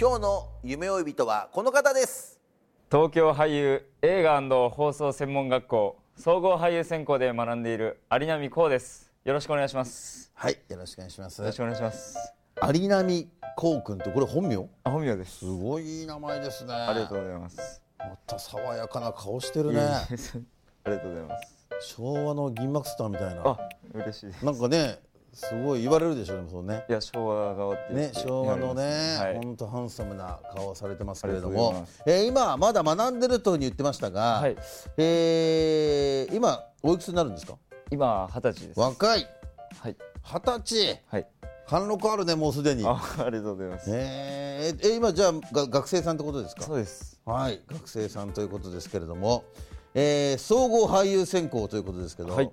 今日の夢追い人はこの方です東京俳優映画放送専門学校総合俳優専攻で学んでいる有波光ですよろしくお願いしますはいよろしくお願いしますよろしくお願いします有波こうくんってこれ本名あ本名ですすごいいい名前ですねありがとううございますまた爽やかな顔してるいねやいやそありがとうございます昭和の銀幕スターみたいなあ嬉しいですなんかねすごい言われるでしょでもそうねいや昭和顔って言っね、て昭和のね、はい本当ハンサムな顔をされてますけれどありがとうごもざいます、えー、今まだ学んでるというふうに言ってましたが、はいえー、今おいくつになるんですか？今二十歳ですは若い、い二十歳、はい貫禄あるねもうすでに。あありがとうございますえー、え今じゃあが学生さんってことですかそ？うですはい、学生さんということですけれども、えー、総合俳優専攻ということですけど、はい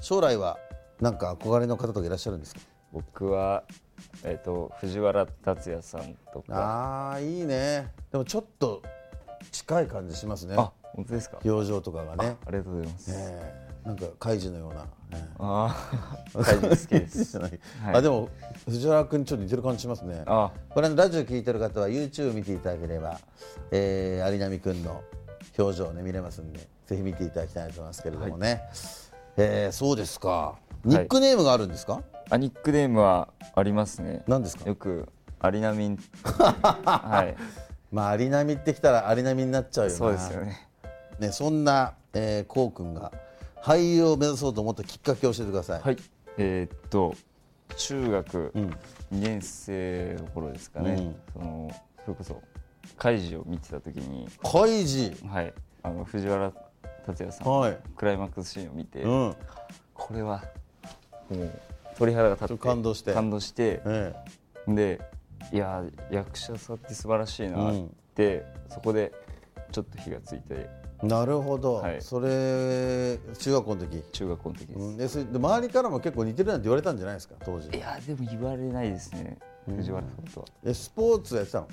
将来はなんか憧れの方とかいらっしゃるんですか？僕はえっ、と藤原達也さんとかああいいね。でもちょっと近い感じしますね。あ本当ですか表情とかがね、ありがとうございます、ええなんかカイジのような、えああ大好きでえいいすじゃないはいあでも藤原君ちょっと似てる感じしますねあこれあのラジオ聞いてる方は YouTube 見ていただければ、えー、有波君の表情をね見れますんでぜひ見ていただきたいと思いますけれどもね、えーそうですかニックネームがあるんですか、 あニックネームはありますね。何ですかよくアリナミ ン。はまあ有波ってきたら有波になっちゃうよい、なそうですよね。ねそんな、えー、こう君が俳優を目指そうと思ったきっかけを教えてください、はい、えーっと中学うん2年生の頃ですかね。うんそのそれこそカイジを見てた時に、カイジはい、あの藤原達也さんのはいクライマックスシーンを見て、うんこれはもう鳥肌が立っちょってと感動して感動してええでいやー役者さんって素晴らしいなって、そこでちょっと火がついてなるほど、はいそれ中学校の時、中学校の時です。うん、でそれで周りからも結構似てるなんて言われたんじゃないですか当時いやでも言われないですね藤原さんとは、えスポーツやってたの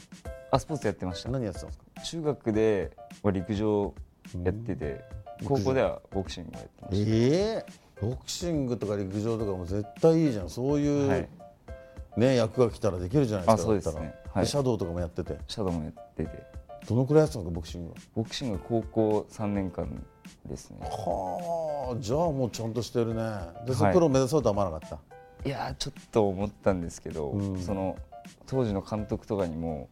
あスポーツやってました何やってたんですか中学では陸上やってて、高校ではボクシングをやってましええボクシングとか陸上とかも絶対いいじゃんそういた、う、はい、ね、役が来たらできるじゃないですかあそうですねだったらはいシャドウとかもやっててシャドウもやっててどのくらいやってたのかボクシングボクシングは高校3年間ですねははあじゃあもうちゃんとしてるねでそはいれプロ目指そうとは思わなかった、いやーちょっと思ったんですけど、うんその当時の監督とかにも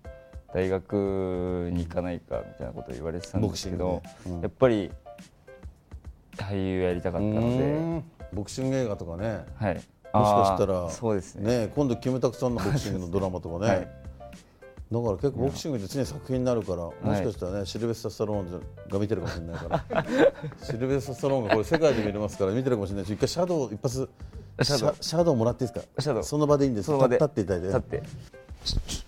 大学に行かないかみたいなこと言われてたんですけボどク、シングねうんやっぱり俳優やりたかったうので、んボクシング映画とかねはい、もしもしかしたらそうですねね今度キムタクさんのボクシングのドラマとかね、はいだから結構ボクシングって常に作品になるからもしかしたらね、シルベスタ・スタローンが見てるかもしれないから シルベスタ・スタローンがこれ世界で見れますから見てるかもしれないし一回シャドウ一発シシャドウャシャドウもらっていいですかシャドウその場でいいんですその場で立っていただいて立って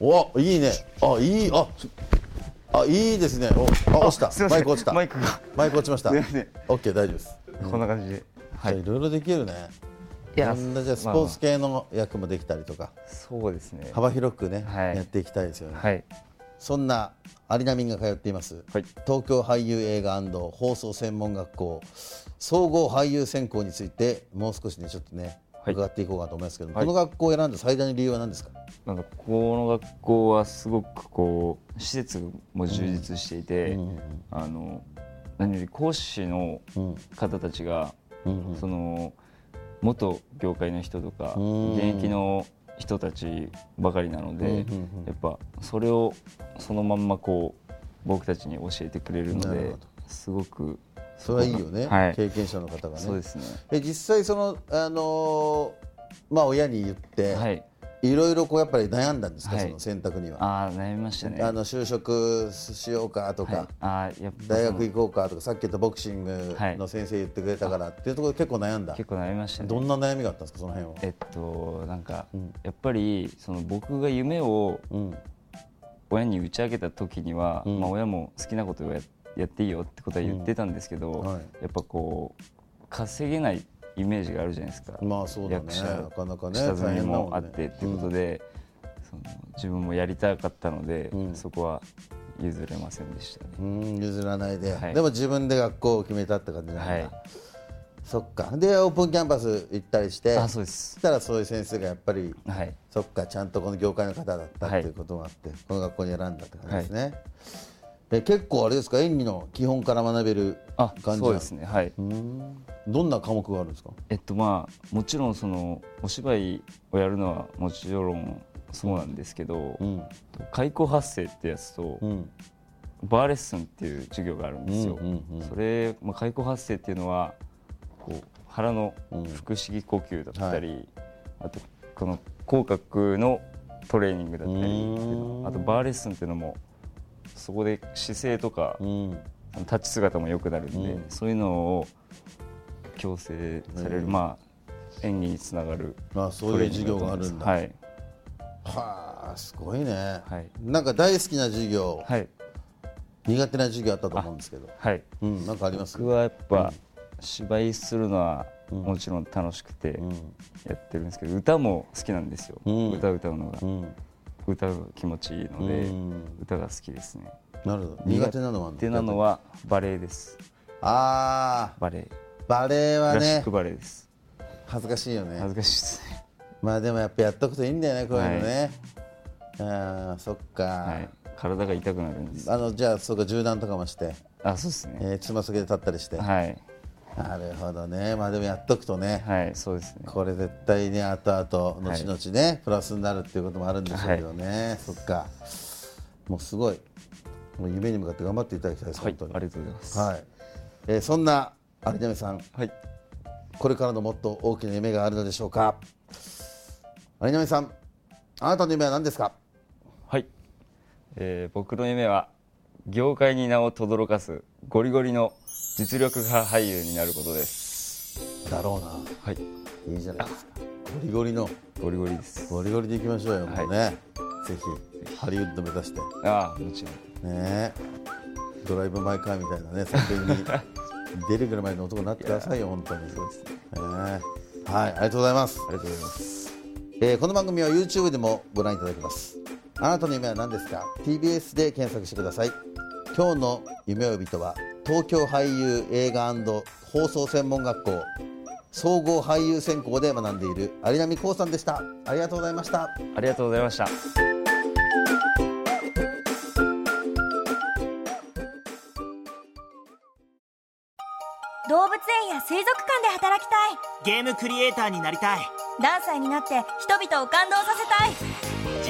おいいねあいいああいいですねおあ落ちすいませんたマイク落ちたマイクがマイク落ちましたすいません OK 大丈夫ですこんな感じで、はじゃあいいろいろできるねいいやろんなじゃあスポーツ系の役もできたりとか、そうですね幅広くね、はいやっていきたいですよね、はいそんなアリナミンが通っています、はい東京俳優映画放送専門学校総合俳優専攻についてもう少しねちょっとね、はい伺っていこうかと思いますけども、はいこの学校を選んだ最大の理由は何ですか、なんかこの学校はすごくこう施設も充実していて、あの何より講師のうん方たちが、うんうんその元業界の人とか、うん現役の人たちばかりなので、うんうんうんやっぱそれをそのまんまこう僕たちに教えてくれるのなるでほどすごくそれはいいよね、はい経験者の方がねそうですねえ実際その、あのーまあ、親に言って、、はいいろいろこうやっぱり悩んだんですか、はいその選択にはああ悩みましたねあの就職しようかとか、はい、あーやっぱ大学その行こうかとかさっき言ったボクシングの先生言ってくれたからっていうところで結構悩んだ、結構悩みましたねどんな悩みがあったんですかその辺は、えっとなんか、うんやっぱりその僕が夢をうん親に打ち明けた時には、うんまあ、親も好きなことをややっていいよってことは言ってたんですけど、はやっぱこう稼げないイメージがあるじゃないですか、い、まあそうだね役者なかなかね下積みもあ大変だっんねてってことで、その自分もやりたかったので、うんそこは譲れませんでしたね。うん、うん譲らないで、はいでも自分で学校を決めたって感じなんだ、はい、そっかでオープンキャンパス行ったりしてあそううです、したらそういう先生がやっぱりはい、そっかちゃんとこの業界の方だったっはいていうこともあって、この学校に選んだって感じですね、え結構あれですか演技の基本から学べるあ感じなんそうですね、はいうんどんな科目があるんですかえっとまあ、もちろんそのお芝居をやるのはもちろんそうなんですけど、うん開口発声ってやつと、うんバーレッスンっていう授業があるんですよ、うんうんうんそれ、まあ、開口発声っていうのはこう腹のうん腹式呼吸だったり、あとこの口角のトレーニングだったりっていううーのんあとバーレッスンっていうのもそこで姿勢とか、うん立ち姿も良くなるんで、うんそういうのを強制される、うんまあ演技につながるまあそういう授業があるんだトレーニングはあすごいね、はいなんか大好きな授業、だと思いますはいはい苦手な授業あったと思うんですけど、はいうん、なんかあります僕はやっぱ芝居するのはもちろん楽しくてんやってるんですけど歌も好きなんですよ、うん歌歌うのが、うん、歌う気持ちいいので、うん歌が好きですねなるほど苦手なのは苦手なのはバレエですああバレエバレエはクラシッねクバレエです恥ずかしいよね恥ずかしいですねまあでもやっぱやっとくといいんだよねこういうのね、ああそっか、はい体が痛くなるんですあのじゃあそうか柔軟とかもして、あそうですねえーつま先で立ったりして、はいなるほどねまあでもやっとくとね、はいそうですねこれ絶対ね後々後はい々ね、プラスになるっていうこともあるんでしょうけどね、そっかもうすごいもう夢に向かって頑張っていただきたいです、はい本当にありがとうございますはいえーそんな有田さんはいこれからのもっと大きな夢があるのでしょうか有田さんあなたの夢は何ですかはい、えー僕の夢は業界に名を轟かすゴリゴリの実力派俳優になることですだろうはいないいじゃないですかゴリゴリのゴリゴリですゴリゴリでいきましょうよ、はいもうねぜひハリウッド目指してああもちろんねえドライブ・マイ・カーみたいなね作品に出るぐらいまでの男になってくださ いよ本当にそうですねえはいありがとうございますありがとうございますえーこの番組は YouTube でもご覧いただけますあなたの夢は何ですか TBS で検索してください今日の夢呼びとは東京俳優映画放送専門学校総合俳優専攻で学んでいる有波光さんでしたありがとうございましたありがとうございました動物園や水族館で働きたいゲームクリエイターになりたいダンサーになって人々を感動させたい